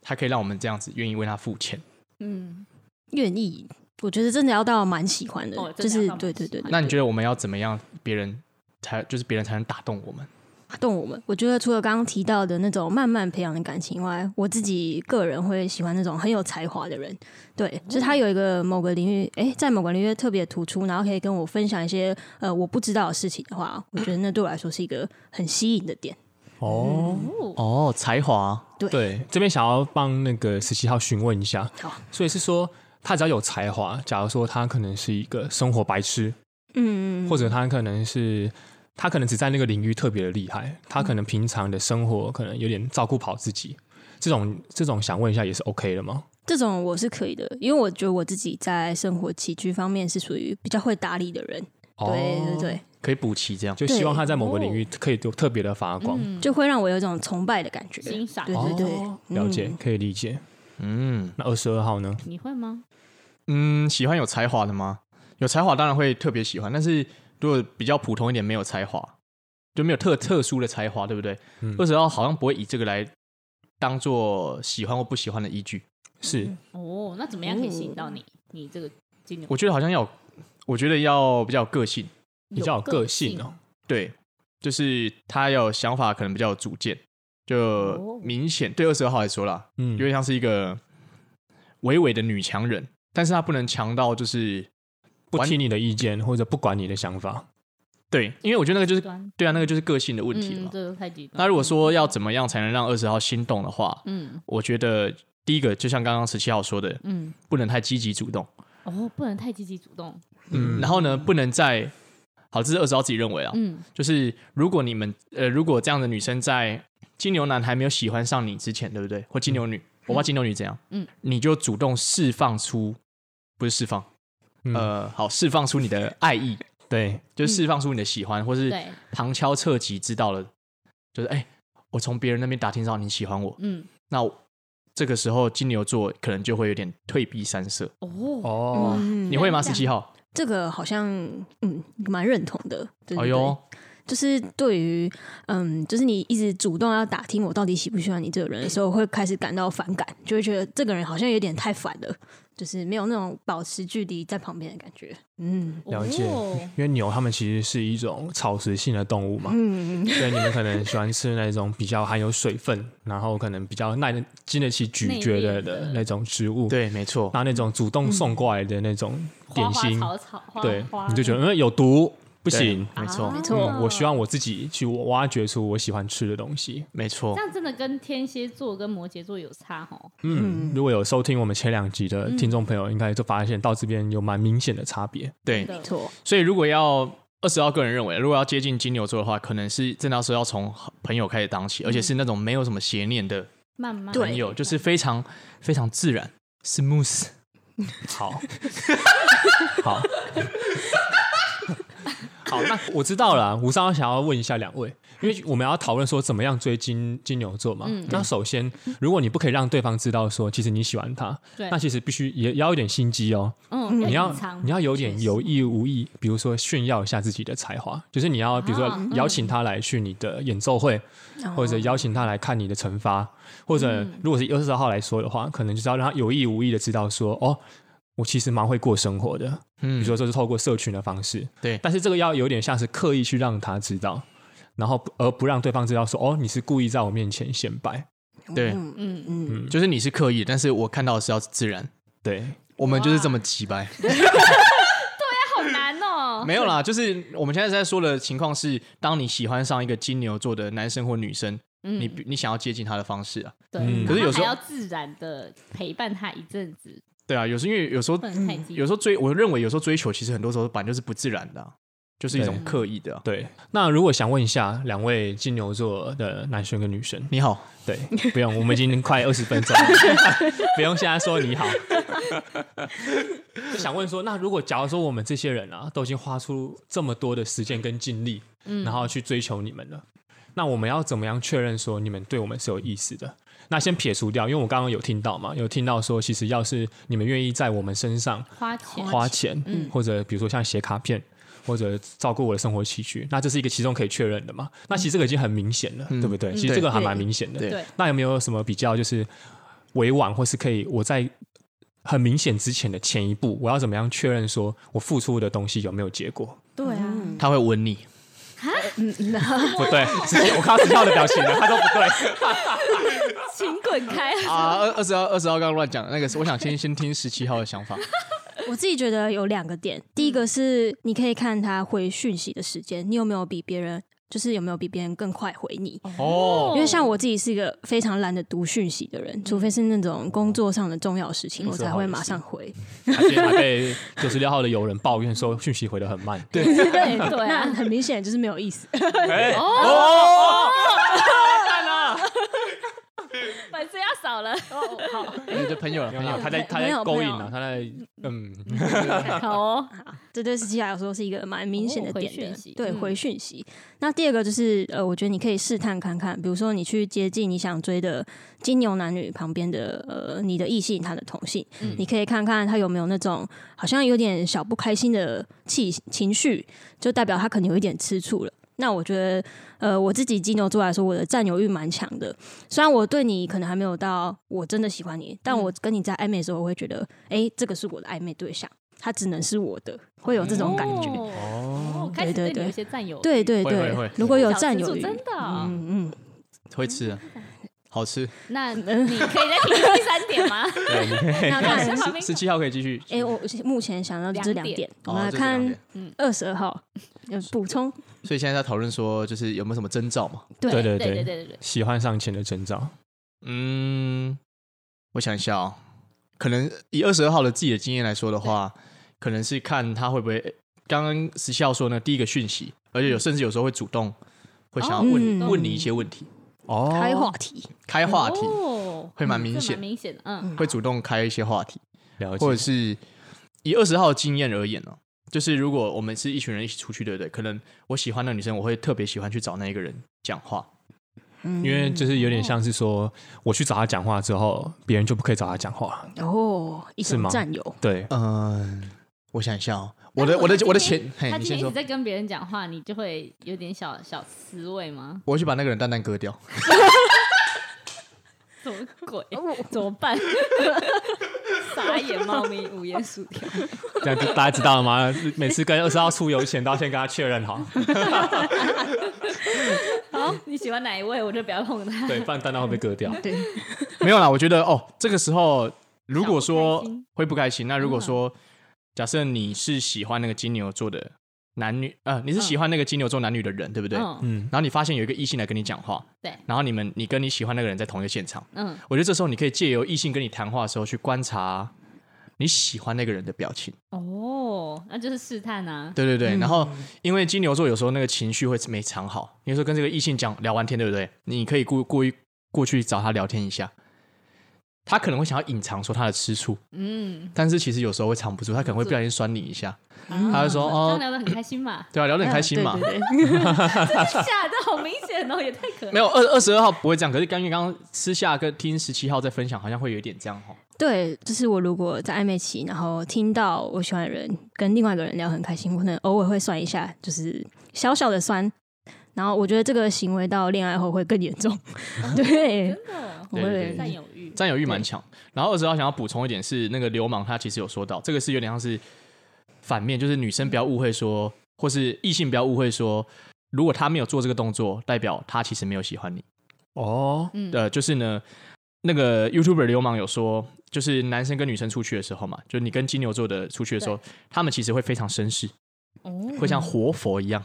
[SPEAKER 2] 他可以让我们这样子愿意为他付钱？
[SPEAKER 3] 嗯，
[SPEAKER 4] 愿意，我觉得真的要到蛮喜欢的，
[SPEAKER 3] 哦真的
[SPEAKER 4] 就
[SPEAKER 3] 要
[SPEAKER 4] 是
[SPEAKER 3] 到蛮
[SPEAKER 4] 对对
[SPEAKER 3] 喜
[SPEAKER 4] 对
[SPEAKER 3] 欢
[SPEAKER 4] 啊对，
[SPEAKER 2] 那你觉得我们要怎么样，别人才就是别人才能打动我们？
[SPEAKER 4] 打动我们。我觉得除了刚刚提到的那种慢慢培养的感情以外，我自己个人会喜欢那种很有才华的人。对，
[SPEAKER 3] 哦
[SPEAKER 4] 就是他有一个某个领域，哎、在某个领域特别突出，然后可以跟我分享一些呃我不知道的事情的话，我觉得那对我来说是一个很吸引的点。
[SPEAKER 3] 嗯
[SPEAKER 4] 嗯
[SPEAKER 1] 哦，
[SPEAKER 2] 哦，才华，
[SPEAKER 1] 对，这边想要帮那个十七号询问一下
[SPEAKER 4] 好，
[SPEAKER 1] 所以是说他只要有才华，假如说他可能是一个生活白痴，
[SPEAKER 4] 嗯，
[SPEAKER 1] 或者他可能是他可能只在那个领域特别的厉害，他可能平常的生活可能有点照顾不好自己，这种这种想问一下也是 OK 的吗？
[SPEAKER 4] 这种我是可以的，因为我觉得我自己在生活起居方面是属于比较会打理的人。对对对，
[SPEAKER 2] 可以补齐这样。
[SPEAKER 1] 就希望他在某个领域可以有特别的发
[SPEAKER 3] 嗯
[SPEAKER 1] 光。
[SPEAKER 3] 哦
[SPEAKER 4] 就会让我有一种崇拜的感觉。嗯
[SPEAKER 3] 欣赏
[SPEAKER 4] 对对对，
[SPEAKER 1] 哦了解，可以理解。
[SPEAKER 2] 嗯
[SPEAKER 1] 那二十二号呢？
[SPEAKER 3] 你会吗？
[SPEAKER 2] 嗯，喜欢有才华的吗？有才华当然会特别喜欢，但是如果比较普通一点，没有才华，就没有特特殊的才华，对不对
[SPEAKER 1] 嗯？
[SPEAKER 2] 二十号好像不会以这个来当做喜欢或不喜欢的依据。
[SPEAKER 1] 是
[SPEAKER 3] 哦，那怎么样可以吸引到
[SPEAKER 4] 哦
[SPEAKER 3] 你？你这个金牛
[SPEAKER 2] 我觉得好像要有，我觉得要比较有个性，
[SPEAKER 1] 比较有个
[SPEAKER 3] 个
[SPEAKER 1] 性哦，
[SPEAKER 2] 对，就是他要有想法，可能比较有主见，就
[SPEAKER 3] 哦
[SPEAKER 2] 明显、对二十二号来说啦，
[SPEAKER 1] 嗯
[SPEAKER 2] 有，点像是一个伟伟的女强人，但是她不能强到就是
[SPEAKER 1] 不听你的意见或者不管你的想法，
[SPEAKER 2] 对，因为我觉得那个就
[SPEAKER 3] 极
[SPEAKER 2] 是
[SPEAKER 3] 端，
[SPEAKER 2] 对啊，那个就是个性的问题了
[SPEAKER 3] 嗯，
[SPEAKER 2] 嘛。
[SPEAKER 3] 这个太极端。
[SPEAKER 2] 那如果说要怎么样才能让二十号心动的话，
[SPEAKER 3] 嗯
[SPEAKER 2] 我觉得第一个就像刚刚十七号说的，
[SPEAKER 3] 嗯，
[SPEAKER 2] 不能太积极主动，
[SPEAKER 3] 哦，不能太积极主动。
[SPEAKER 1] 嗯
[SPEAKER 2] 然后呢，不能在好，这是二十号自己认为啊，
[SPEAKER 3] 嗯，
[SPEAKER 2] 就是如果你们呃，如果这样的女生在金牛男还没有喜欢上你之前，对不对？或金牛女，我不知道金牛女怎样，
[SPEAKER 3] 嗯，
[SPEAKER 2] 你就主动释放出，不是释放，
[SPEAKER 1] 嗯
[SPEAKER 2] 呃，好，释放出你的爱意，
[SPEAKER 1] 对，
[SPEAKER 2] 就释放出你的喜欢，或是
[SPEAKER 3] 对，
[SPEAKER 2] 旁敲侧击知道了，就是哎、我从别人那边打听到你喜欢我，
[SPEAKER 3] 嗯，
[SPEAKER 2] 那我这个时候金牛座可能就会有点退避三舍，
[SPEAKER 3] 哦，
[SPEAKER 1] 哦，
[SPEAKER 4] 嗯
[SPEAKER 2] 你会吗？
[SPEAKER 3] 这
[SPEAKER 2] 十
[SPEAKER 3] 样
[SPEAKER 2] 七号，
[SPEAKER 4] 这个好像嗯蛮认同的。对对
[SPEAKER 2] 哎
[SPEAKER 4] 对
[SPEAKER 2] 呦，
[SPEAKER 4] 就是对于嗯，就是你一直主动要打听我到底喜不喜欢你这个人的时候，我会开始感到反感，就会觉得这个人好像有点太烦了，就是没有那种保持距离在旁边的感觉。嗯
[SPEAKER 1] 了解
[SPEAKER 3] 哦
[SPEAKER 1] 因为牛它们其实是一种草食性的动物嘛，
[SPEAKER 4] 嗯，
[SPEAKER 1] 所以你们可能喜欢吃那种比较含有水分，然后可能比较耐得经得起咀嚼的
[SPEAKER 3] 内敛
[SPEAKER 1] 的
[SPEAKER 3] 的
[SPEAKER 1] 那种植物，，
[SPEAKER 2] 对，没错，
[SPEAKER 1] 那那种主动送过来的那种
[SPEAKER 3] 花
[SPEAKER 1] 点
[SPEAKER 3] 花
[SPEAKER 1] 心，
[SPEAKER 3] 草草，嗯花
[SPEAKER 1] 对
[SPEAKER 3] 花，
[SPEAKER 1] 你就觉得嗯有毒，不
[SPEAKER 2] 对
[SPEAKER 1] 行。
[SPEAKER 2] 没错，
[SPEAKER 3] 啊
[SPEAKER 4] 没错
[SPEAKER 1] 嗯，我希望我自己去挖掘出我喜欢吃的东西。
[SPEAKER 2] 没错
[SPEAKER 3] 这，样真的跟天蝎座跟摩羯座有差哦。
[SPEAKER 1] 嗯，如果有收听我们前两集的听众朋友，应该就发现到这边有蛮明显的差别。
[SPEAKER 2] 对，
[SPEAKER 3] 没
[SPEAKER 4] 没，错，
[SPEAKER 2] 所以如果要二十号个人认为，如果要接近金牛座的话，可能是正到时候要从朋友开始当
[SPEAKER 3] 嗯
[SPEAKER 2] 起，而且是那种没有什么邪念的
[SPEAKER 3] 慢慢
[SPEAKER 4] 对
[SPEAKER 2] 朋友，就是非常非常自然，smooth。
[SPEAKER 1] 好，好， 好，那我知道了啊。吴商想要问一下两位，因为我们要讨论说怎么样追金金牛座嘛。
[SPEAKER 3] 嗯
[SPEAKER 1] 那首先，如果你不可以让对方知道说其实你喜欢他，
[SPEAKER 3] 对
[SPEAKER 1] 那其实必须也也要有点心机哦。
[SPEAKER 3] 嗯，
[SPEAKER 1] 你要
[SPEAKER 3] 隐藏
[SPEAKER 1] 你要有点
[SPEAKER 3] 确实
[SPEAKER 1] 有意无意，比如说炫耀一下自己的才华，就是你要比如说
[SPEAKER 3] 啊
[SPEAKER 1] 邀请他来去你的演奏会，或
[SPEAKER 2] 嗯
[SPEAKER 1] 者邀请他来看你的惩罚，或者如果是二十号来说的话，可能就是要让他有意无意的知道说，哦，我其实蛮会过生活的，比
[SPEAKER 2] 嗯
[SPEAKER 1] 如，说这是透过社群的方式，
[SPEAKER 2] 对
[SPEAKER 1] 但是这个要有点像是刻意去让他知道，然后不而不让对方知道说，哦，你是故意在我面前显摆，
[SPEAKER 2] 对，
[SPEAKER 3] 嗯
[SPEAKER 4] 嗯，
[SPEAKER 2] 就是你是刻意，但是我看到的是要自然，
[SPEAKER 1] 对，
[SPEAKER 2] 我们就是这么直白。
[SPEAKER 3] 好难哦。
[SPEAKER 2] 没有啦，就是我们现在在说的情况是，当你喜欢上一个金牛座的男生或女生，
[SPEAKER 3] 嗯
[SPEAKER 2] 你你想要接近他的方式啊，
[SPEAKER 1] 嗯
[SPEAKER 3] 对，
[SPEAKER 1] 可
[SPEAKER 2] 是有时候
[SPEAKER 3] 然后还要自然的陪伴他一阵子，
[SPEAKER 2] 对啊，有时候因为有时候
[SPEAKER 3] 不能太激
[SPEAKER 2] 有时候追，我认为有时候追求其实很多时候本来就是不自然的啊、就是一种刻意的啊、
[SPEAKER 1] 对，那如果想问一下两位金牛座的男生跟女生，
[SPEAKER 2] 你好，
[SPEAKER 1] 对，不用，我们已经快二十分钟了， 不用现在说你好。就想问说，那如果假如说我们这些人啊，都已经花出这么多的时间跟精力，
[SPEAKER 3] 嗯
[SPEAKER 1] 然后去追求你们了，那我们要怎么样确认说你们对我们是有意思的？那先撇除掉，因为我刚刚有听到嘛，有听到说，其实要是你们愿意在我们身上
[SPEAKER 3] 花钱
[SPEAKER 2] 哦
[SPEAKER 3] 嗯
[SPEAKER 1] 花钱，或者比如说像写卡片，或者照顾我的生活起居，那这是一个其中可以确认的嘛？那其实这个已经很明显了，对不对？其实这个还蛮明显的。
[SPEAKER 2] 对
[SPEAKER 3] 嗯对
[SPEAKER 1] 那有没有什么比较就是委婉，或是可以我在很明显之前的前一步，我要怎么样确认说我付出的东西有没有结果？
[SPEAKER 3] 对啊，
[SPEAKER 4] 嗯
[SPEAKER 2] 他会吻你，
[SPEAKER 1] 不对，之前我看到子跳的表情了，他都不对。
[SPEAKER 3] 请滚开！
[SPEAKER 2] 啊，二二十号二十号刚刚乱讲的那个是，我想先 先听十七号的想法。
[SPEAKER 4] 我自己觉得有两个点，第
[SPEAKER 2] 嗯
[SPEAKER 4] 一个是你可以看他回讯息的时间，你有没有比别人，就是有没有比别人更快回你。
[SPEAKER 2] 哦嗯
[SPEAKER 4] 因为像我自己是一个非常懒得读讯息的人，除非是那种工作上的重要事
[SPEAKER 3] 哦
[SPEAKER 4] 情，我才会马上回。
[SPEAKER 1] 而且还被九十六号的友人抱怨说讯息回的很慢。对，
[SPEAKER 3] 对对
[SPEAKER 4] 那
[SPEAKER 3] 啊，
[SPEAKER 4] 很明显就是没有意思。
[SPEAKER 3] 粉丝要少 了。
[SPEAKER 2] 你的朋友了，朋友
[SPEAKER 1] 他在他
[SPEAKER 4] 没
[SPEAKER 1] 在
[SPEAKER 4] 有
[SPEAKER 1] 勾
[SPEAKER 4] 没
[SPEAKER 1] 引
[SPEAKER 4] 有
[SPEAKER 1] 啊，他在嗯，
[SPEAKER 3] 好哦，
[SPEAKER 4] 这对司机来说是一个蛮明显的
[SPEAKER 3] 哦回
[SPEAKER 4] 点
[SPEAKER 3] 讯
[SPEAKER 4] 的，
[SPEAKER 3] 息
[SPEAKER 4] 对
[SPEAKER 3] 嗯
[SPEAKER 4] 回讯息。那第二个就是呃，我觉得你可以试探看看，比如说你去接近你想追的金牛男女旁边的呃你的异性，他的同性，
[SPEAKER 3] 嗯
[SPEAKER 4] 你可以看看他有没有那种好像有点小不开心的气情绪，就代表他可能有一点吃醋了。那我觉得，呃，我自己金牛座来说，我的占有欲蛮强的。虽然我对你可能还没有到我真的喜欢你，
[SPEAKER 3] 嗯
[SPEAKER 4] 但我跟你在暧昧的时候，我会觉得，诶，这个是我的暧昧对象，他只能是我的，会有这种感觉。
[SPEAKER 3] 哦，开始对
[SPEAKER 4] 对对
[SPEAKER 3] 你
[SPEAKER 4] 对
[SPEAKER 3] 有一些占有欲，
[SPEAKER 4] 对对
[SPEAKER 2] 会
[SPEAKER 4] 对，
[SPEAKER 2] 会会
[SPEAKER 4] 如果有
[SPEAKER 3] 小吃
[SPEAKER 4] 占有
[SPEAKER 3] 醋
[SPEAKER 4] 欲，
[SPEAKER 3] 真的哦。
[SPEAKER 4] 嗯嗯，
[SPEAKER 2] 会吃的，好吃。
[SPEAKER 3] 那你可以再听第三点 吗？老
[SPEAKER 4] 那看
[SPEAKER 3] 师，旁边
[SPEAKER 2] 十七号可以继续。
[SPEAKER 4] 诶，我目前想到这
[SPEAKER 3] 两
[SPEAKER 4] 两
[SPEAKER 3] 点
[SPEAKER 4] 点，我
[SPEAKER 2] 哦
[SPEAKER 4] 们来
[SPEAKER 2] 这两
[SPEAKER 4] 看
[SPEAKER 2] 点
[SPEAKER 4] 二十二号有补充，
[SPEAKER 2] 所以现在在讨论说，就是有没有什么征兆嘛？
[SPEAKER 4] 对
[SPEAKER 1] 对
[SPEAKER 3] 对对
[SPEAKER 1] 对，
[SPEAKER 3] 对对，
[SPEAKER 1] 喜欢上前的征兆。
[SPEAKER 2] 嗯，我想一下哦，可能以二十二号的自己的经验来说的话，可能是看他会不会刚刚十七号说呢，第一个讯息，而且有甚至有时候会主动会想要问、
[SPEAKER 4] 嗯
[SPEAKER 2] 问你一些问题，
[SPEAKER 1] 哦，
[SPEAKER 4] 开话题，
[SPEAKER 2] 开话题，
[SPEAKER 3] 哦
[SPEAKER 2] 会
[SPEAKER 3] 嗯
[SPEAKER 2] 蛮明
[SPEAKER 3] 这
[SPEAKER 2] 显
[SPEAKER 3] 明显的。嗯，
[SPEAKER 2] 会主动开一些话题，
[SPEAKER 1] 了解
[SPEAKER 2] 或者是以二十号的经验而言呢、就是如果我们是一群人一起出去，对不对？可能我喜欢的女生，我会特别喜欢去找那一个人讲话。
[SPEAKER 4] 嗯
[SPEAKER 1] 因为就是有点像是说，我去找他讲话之后，别人就不可以找他讲话了。
[SPEAKER 4] 哦，一
[SPEAKER 1] 是
[SPEAKER 4] 种
[SPEAKER 1] 吗
[SPEAKER 4] 占有，
[SPEAKER 1] 对，
[SPEAKER 2] 嗯，我想一下哦，
[SPEAKER 3] 那
[SPEAKER 2] 我的
[SPEAKER 3] 如
[SPEAKER 2] 我
[SPEAKER 3] 果
[SPEAKER 2] 的
[SPEAKER 3] 他
[SPEAKER 2] 我的
[SPEAKER 3] 今
[SPEAKER 2] 前
[SPEAKER 3] 天，
[SPEAKER 2] 嘿，
[SPEAKER 3] 他
[SPEAKER 2] 你
[SPEAKER 3] 今天
[SPEAKER 2] 先
[SPEAKER 3] 一
[SPEAKER 2] 说
[SPEAKER 3] 直，在跟别人讲话，你就会有点小小思味 吗？
[SPEAKER 2] 我会去把那个人淡淡割掉。
[SPEAKER 3] 什么鬼？
[SPEAKER 4] 哦哎
[SPEAKER 3] 怎么 办？傻眼猫咪无言薯条，
[SPEAKER 1] 这样就大家知道了吗？ 每次跟二十号出游前，都要先跟他确认好，
[SPEAKER 4] 哦
[SPEAKER 3] 好，你喜欢哪一位，我就不要碰他。
[SPEAKER 1] 对，不然蛋蛋会被割掉。
[SPEAKER 4] 对，
[SPEAKER 2] 没有啦，我觉得哦，这个时候如果
[SPEAKER 3] 小不开
[SPEAKER 2] 说
[SPEAKER 3] 心嗯
[SPEAKER 2] 会不开心，那如果说、假设你是喜欢那个金牛座的男女，呃，你是喜欢那个金牛座男女的人，对不对？
[SPEAKER 3] 嗯
[SPEAKER 1] 嗯，
[SPEAKER 2] 然后你发现有一个异性来跟你讲话，
[SPEAKER 3] 对
[SPEAKER 2] 然后你们你跟你喜欢那个人在同一个现场，
[SPEAKER 3] 嗯，
[SPEAKER 2] 我觉得这时候你可以借由异性跟你谈话的时候去观察你喜欢那个人的表情，
[SPEAKER 3] 哦，那就是试探啊。
[SPEAKER 2] 对对
[SPEAKER 4] 嗯
[SPEAKER 2] 对。然后因为金牛座有时候那个情绪会没藏好，你有时候跟这个异性讲聊完天，对不对？你可以过过一过去找他聊天一下，他可能会想要隐藏说他的吃醋，
[SPEAKER 3] 嗯，
[SPEAKER 2] 但是其实有时候会藏不住，他可能会不小心酸你一下，他
[SPEAKER 3] 他
[SPEAKER 2] 就说
[SPEAKER 3] 这样
[SPEAKER 2] 哦，，
[SPEAKER 3] 聊得很开心嘛
[SPEAKER 2] 对啊，聊得很开心嘛
[SPEAKER 4] 嗯。对对 对
[SPEAKER 3] 吓得好明显哦，也太可爱
[SPEAKER 2] 没。有二二十二号不会这样，可是刚刚刚私下跟听十七号在分享，好像会有一点这样哈。
[SPEAKER 4] 对，就是我如果在暧昧期，然后听到我喜欢的人跟另外一个人聊很开心，我可能偶尔会酸一下，就是小小的酸。然后我觉得这个行为到恋爱后会更严重， 对，
[SPEAKER 3] 真的哦
[SPEAKER 4] 我
[SPEAKER 2] 对对
[SPEAKER 4] 会
[SPEAKER 3] 占有欲，
[SPEAKER 2] 占有欲蛮强。然后二十号想要补充一点是，那个流氓他其实有说到，这个是有点像是反面，就是女生不要误会说，或是异性不要误会说，如果他没有做这个动作，代表他其实没有喜欢你。
[SPEAKER 1] 哦，
[SPEAKER 3] 嗯，
[SPEAKER 2] 呃，就是呢，那个 YouTuber 流氓有说，就是男生跟女生出去的时候嘛，就是你跟金牛座的出去的时候，他们其实会非常绅士，
[SPEAKER 3] 哦
[SPEAKER 2] 会像活佛 一样，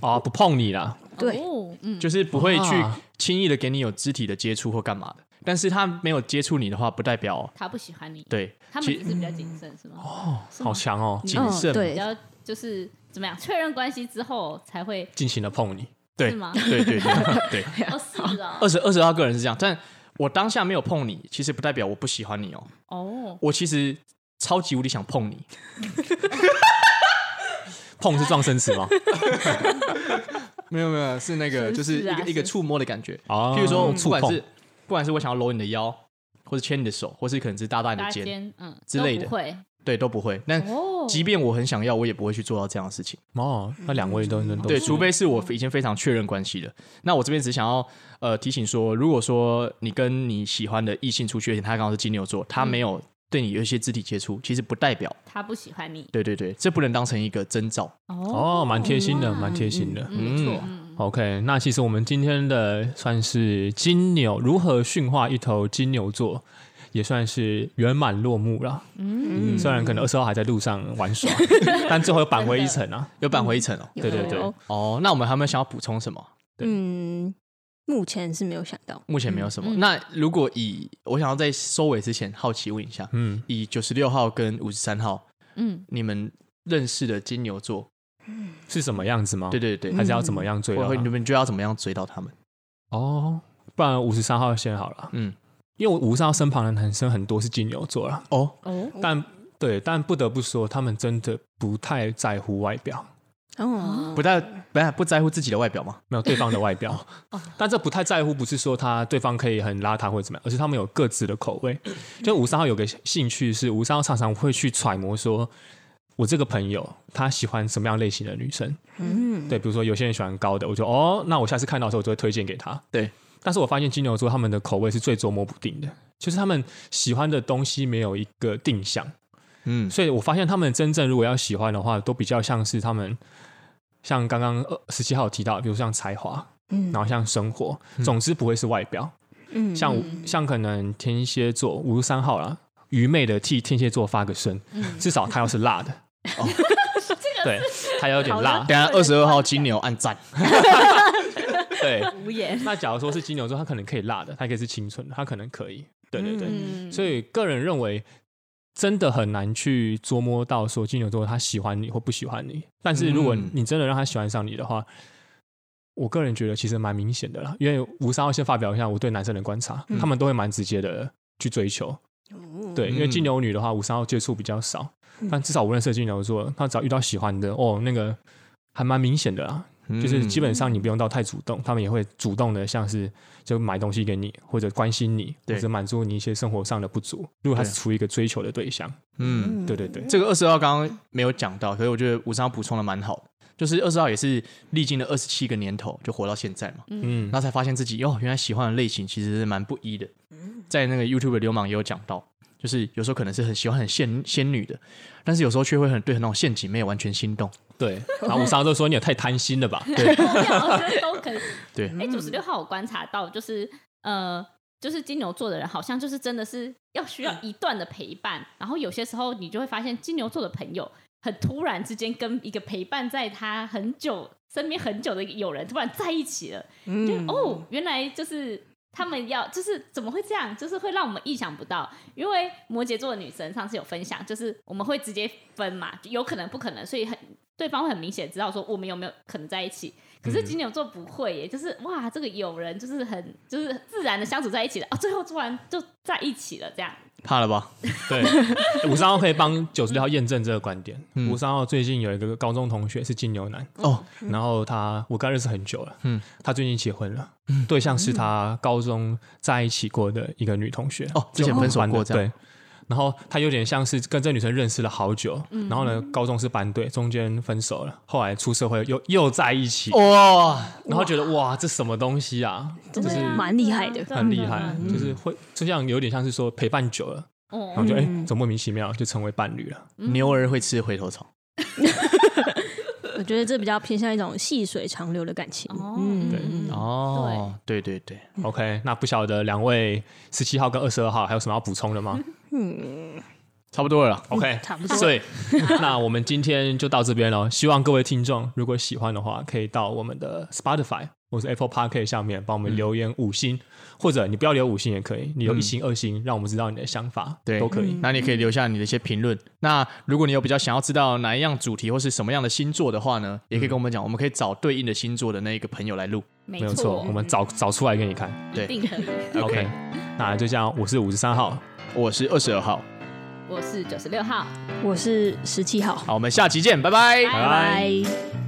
[SPEAKER 2] 啊
[SPEAKER 1] 哦，不碰你啦，
[SPEAKER 4] 对
[SPEAKER 3] 哦嗯，
[SPEAKER 2] 就是不会去
[SPEAKER 1] 哇
[SPEAKER 2] 轻易的给你有肢体的接触或干嘛的。但是他没有接触你的话，不代表
[SPEAKER 3] 他不喜欢你，
[SPEAKER 2] 对，
[SPEAKER 3] 他们
[SPEAKER 2] 其
[SPEAKER 3] 只是比较谨慎，是吗？
[SPEAKER 1] 好强哦，
[SPEAKER 2] 谨慎
[SPEAKER 4] 嗯，对
[SPEAKER 3] 比，较就是怎么样确认关系之后才会
[SPEAKER 1] 尽情的碰你，
[SPEAKER 2] 对
[SPEAKER 3] 是吗
[SPEAKER 2] 对 对对对，
[SPEAKER 3] 哦是啊
[SPEAKER 2] 二十二十二个人是这样，但我当下没有碰你，其实不代表我不喜欢你哦，
[SPEAKER 3] 哦
[SPEAKER 2] 我其实超级无敌想碰你，
[SPEAKER 1] 碰是撞生词吗？
[SPEAKER 2] 没有没有是那个
[SPEAKER 3] 是
[SPEAKER 2] 就是一
[SPEAKER 3] 是
[SPEAKER 2] 个、
[SPEAKER 3] 啊
[SPEAKER 2] 一个
[SPEAKER 3] 是
[SPEAKER 2] 触摸的感觉，
[SPEAKER 1] 啊，
[SPEAKER 2] 譬如说，不
[SPEAKER 1] 触
[SPEAKER 2] 管
[SPEAKER 1] 碰
[SPEAKER 2] 是不管是我想要搂你的腰，或是牵你的手，或是可能是搭搭你的
[SPEAKER 3] 搭
[SPEAKER 2] 肩，
[SPEAKER 3] 肩嗯
[SPEAKER 2] 之
[SPEAKER 3] 都
[SPEAKER 2] 类
[SPEAKER 3] 不
[SPEAKER 2] 的
[SPEAKER 3] 会
[SPEAKER 2] 对，都不会。但
[SPEAKER 3] 哦
[SPEAKER 2] 即便我很想要，我也不会去做到这样的事情。
[SPEAKER 1] 哦，那两位都都都
[SPEAKER 2] 对，
[SPEAKER 1] 是
[SPEAKER 2] 除非是我已经非常确认关系了。那我这边只想要呃提醒说，如果说你跟你喜欢的异性出去，而且他刚好是金牛座，他没有对你有一些肢体接触，其实不代表，
[SPEAKER 3] 他不喜欢你
[SPEAKER 2] 对对对，这不能当成一个征兆。
[SPEAKER 1] 哦，蛮贴心的，蛮贴心的。
[SPEAKER 3] 嗯没错
[SPEAKER 1] OK，那其实我们今天的算是金牛如何驯化一头金牛座，也算是圆满落幕了。嗯，虽然可能二十号还在路上玩 耍，但最后又扳回一城啊。
[SPEAKER 2] 有扳回一城哦。
[SPEAKER 4] 有
[SPEAKER 1] 对对对
[SPEAKER 4] 有
[SPEAKER 2] 哦，那我们还有没有想要补充什么？
[SPEAKER 4] 嗯，目前是没有想到。
[SPEAKER 2] 目前没有什么。那如果以我想要在收尾之前，好奇问一下，
[SPEAKER 1] 嗯，
[SPEAKER 2] 以九十六号跟五十三号，
[SPEAKER 3] 嗯
[SPEAKER 2] 你们认识的金牛座，
[SPEAKER 1] 是什么样子吗？
[SPEAKER 2] 对对对，
[SPEAKER 1] 还是要怎么样哦追啊到
[SPEAKER 2] 我
[SPEAKER 1] 他
[SPEAKER 2] 会你们就要怎么样追到他们？
[SPEAKER 1] 哦，不然五十三号先好了，
[SPEAKER 2] 嗯，
[SPEAKER 1] 因为我五十三号身旁的男生很多是金牛座啦，
[SPEAKER 2] 哦，
[SPEAKER 3] 哦
[SPEAKER 4] 嗯
[SPEAKER 1] 但对，但不得不说，他们真的不太在乎外表。
[SPEAKER 4] 哦，
[SPEAKER 2] 不太不太不在乎自己的外表嘛，
[SPEAKER 1] 没有对方的外表，但这不太在乎，不是说他对方可以很邋遢或者怎么样，而是他们有各自的口味。就吴三号有个兴趣是，吴三号常常会去揣摩说，我这个朋友他喜欢什么样类型的女生。
[SPEAKER 4] 嗯，
[SPEAKER 1] 对，比如说有些人喜欢高的，我就哦，那我下次看到的时候我就会推荐给他。
[SPEAKER 2] 对，
[SPEAKER 1] 但是我发现金牛座他们的口味是最捉摸不定的，就是他们喜欢的东西没有一个定向。
[SPEAKER 2] 嗯，
[SPEAKER 1] 所以我发现他们真正如果要喜欢的话，都比较像是他们像刚刚十七号有提到，比如像才华，
[SPEAKER 4] 嗯
[SPEAKER 1] 然后像生活，总之不会是外表。
[SPEAKER 4] 嗯
[SPEAKER 1] 像像可能天蝎座五十三号啦，愚昧的替天蝎座发个声，至少他要是辣的，哦、对，他要有点辣
[SPEAKER 3] 好，
[SPEAKER 2] 等下啊二十二号金牛按赞，
[SPEAKER 1] 对。
[SPEAKER 3] 无言
[SPEAKER 1] 那假如说是金牛座，他可能可以辣的，他可以是清纯的，他可能可以，对对对。
[SPEAKER 3] 嗯
[SPEAKER 1] 所以个人认为，真的很难去捉摸到说金牛座他喜欢你或不喜欢你。但是如果
[SPEAKER 2] 嗯
[SPEAKER 1] 你真的让他喜欢上你的话，我个人觉得其实蛮明显的啦。因为吴三号先发表一下我对男生的观察，他们都会蛮直接的去追求。对，因为金牛女的话，吴三号接触比较少，但至少我认识的金牛座，他只要遇到喜欢的哦，那个还蛮明显的啦。 就是基本
[SPEAKER 2] 嗯
[SPEAKER 1] 上你不用到太主动，他们也会主动的，像是就买东西给你，或者关心你，
[SPEAKER 2] 对
[SPEAKER 1] 或者满足你一些生活上的不足。如果他
[SPEAKER 2] 对
[SPEAKER 1] 是处于一个追求的对象，
[SPEAKER 2] 嗯，
[SPEAKER 1] 对对对，
[SPEAKER 2] 这个二十二刚刚没有讲到，可是我觉得五三号补充的蛮好的，就是二十号也是历经了二十七个年头，就活到现在嘛，
[SPEAKER 1] 嗯
[SPEAKER 2] 然后才发现自己哦，原来喜欢的类型其实是蛮不一的。在那个 YouTube 的流氓也有讲到，就是有时候可能是很喜欢很仙仙女的，但是有时候却会很对很那种陷阱没有完全心动。
[SPEAKER 1] 对。然后五三都说你也太贪心了吧？
[SPEAKER 3] 我觉得都可以。
[SPEAKER 2] 对
[SPEAKER 3] 哎，九十六号我观察到，就是呃，就是金牛座的人，好像就是真的是要需要一段的陪伴，然后有些时候你就会发现，金牛座的朋友很突然之间跟一个陪伴在他很久身边很久的友人突然在一起了，就哦，原来就是。他们要就是怎么会这样？就是会让我们意想不到，因为摩羯座的女生上次有分享，就是我们会直接分嘛，有可能不可能，所以很对方会很明显知道说我们有没有可能在一起。可
[SPEAKER 1] 嗯
[SPEAKER 3] 是金牛座不会耶，就是哇，这个友人就是很就是自然的相处在一起了啊，最后突然就在一起了，这样
[SPEAKER 2] 怕了吧？
[SPEAKER 1] 对，五三号可以帮九十六号验证这个观点。
[SPEAKER 2] 嗯
[SPEAKER 1] 五三号最近有一个高中同学是金牛男，
[SPEAKER 2] 哦，
[SPEAKER 1] 然后他我跟他认识很久了，
[SPEAKER 2] 嗯
[SPEAKER 1] 嗯，他最近结婚了，对象是他高中在一起过的一个女同学，
[SPEAKER 2] 哦之前分手过这
[SPEAKER 1] 对
[SPEAKER 2] 样。
[SPEAKER 1] 然后他有点像是跟这女生认识了好久，
[SPEAKER 2] 嗯
[SPEAKER 1] 然后呢，高中是班队，中间分手了，后来出社会又又在一起，
[SPEAKER 2] 哦哇，
[SPEAKER 1] 然后觉得哇，这什么东西啊，
[SPEAKER 4] 真
[SPEAKER 1] 就是
[SPEAKER 4] 的蛮厉害的。
[SPEAKER 3] 对啊
[SPEAKER 1] 很厉
[SPEAKER 3] 对啊
[SPEAKER 1] 害，
[SPEAKER 2] 嗯
[SPEAKER 3] 对啊
[SPEAKER 1] 就是会就像有点像是说陪伴久了，然后
[SPEAKER 3] 哦，
[SPEAKER 2] 嗯
[SPEAKER 1] 就哎、怎么莫名其妙就成为伴侣了？
[SPEAKER 2] 牛儿会吃回头草。
[SPEAKER 4] 我觉得这比较偏向一种细水长流的感情。
[SPEAKER 3] 哦
[SPEAKER 4] 嗯，
[SPEAKER 1] 对
[SPEAKER 4] 嗯
[SPEAKER 2] 哦，对对对，
[SPEAKER 1] OK，那不晓得两位十七号跟二十二号还有什么要补充的吗？
[SPEAKER 2] 差不多了啦。
[SPEAKER 1] OK，
[SPEAKER 4] 嗯差不多
[SPEAKER 1] 所以那我们今天就到这边了。希望各位听众如果喜欢的话，可以到我们的 Spotify 或是 Apple Park 下面帮我们留言五星，或者你不要留五星也可以，你留一星、二星，让我们知道你的想法，
[SPEAKER 2] 对
[SPEAKER 1] 都可以。
[SPEAKER 2] 那你可以留下你的一些评论。那如果你有比较想要知道哪一样主题或是什么样的星座的话呢，也可以跟我们讲，我们可以找对应的星座的那一个朋友来录。
[SPEAKER 3] 没
[SPEAKER 1] 没有错，我们找找出来给你看。
[SPEAKER 3] 一定可以。
[SPEAKER 1] OK，那就这样，我是五十三号，
[SPEAKER 2] 我是二十二号，
[SPEAKER 3] 我是九十六号，
[SPEAKER 4] 我是十七号，
[SPEAKER 2] 好，我们下期见，拜拜。
[SPEAKER 1] 拜
[SPEAKER 4] 拜。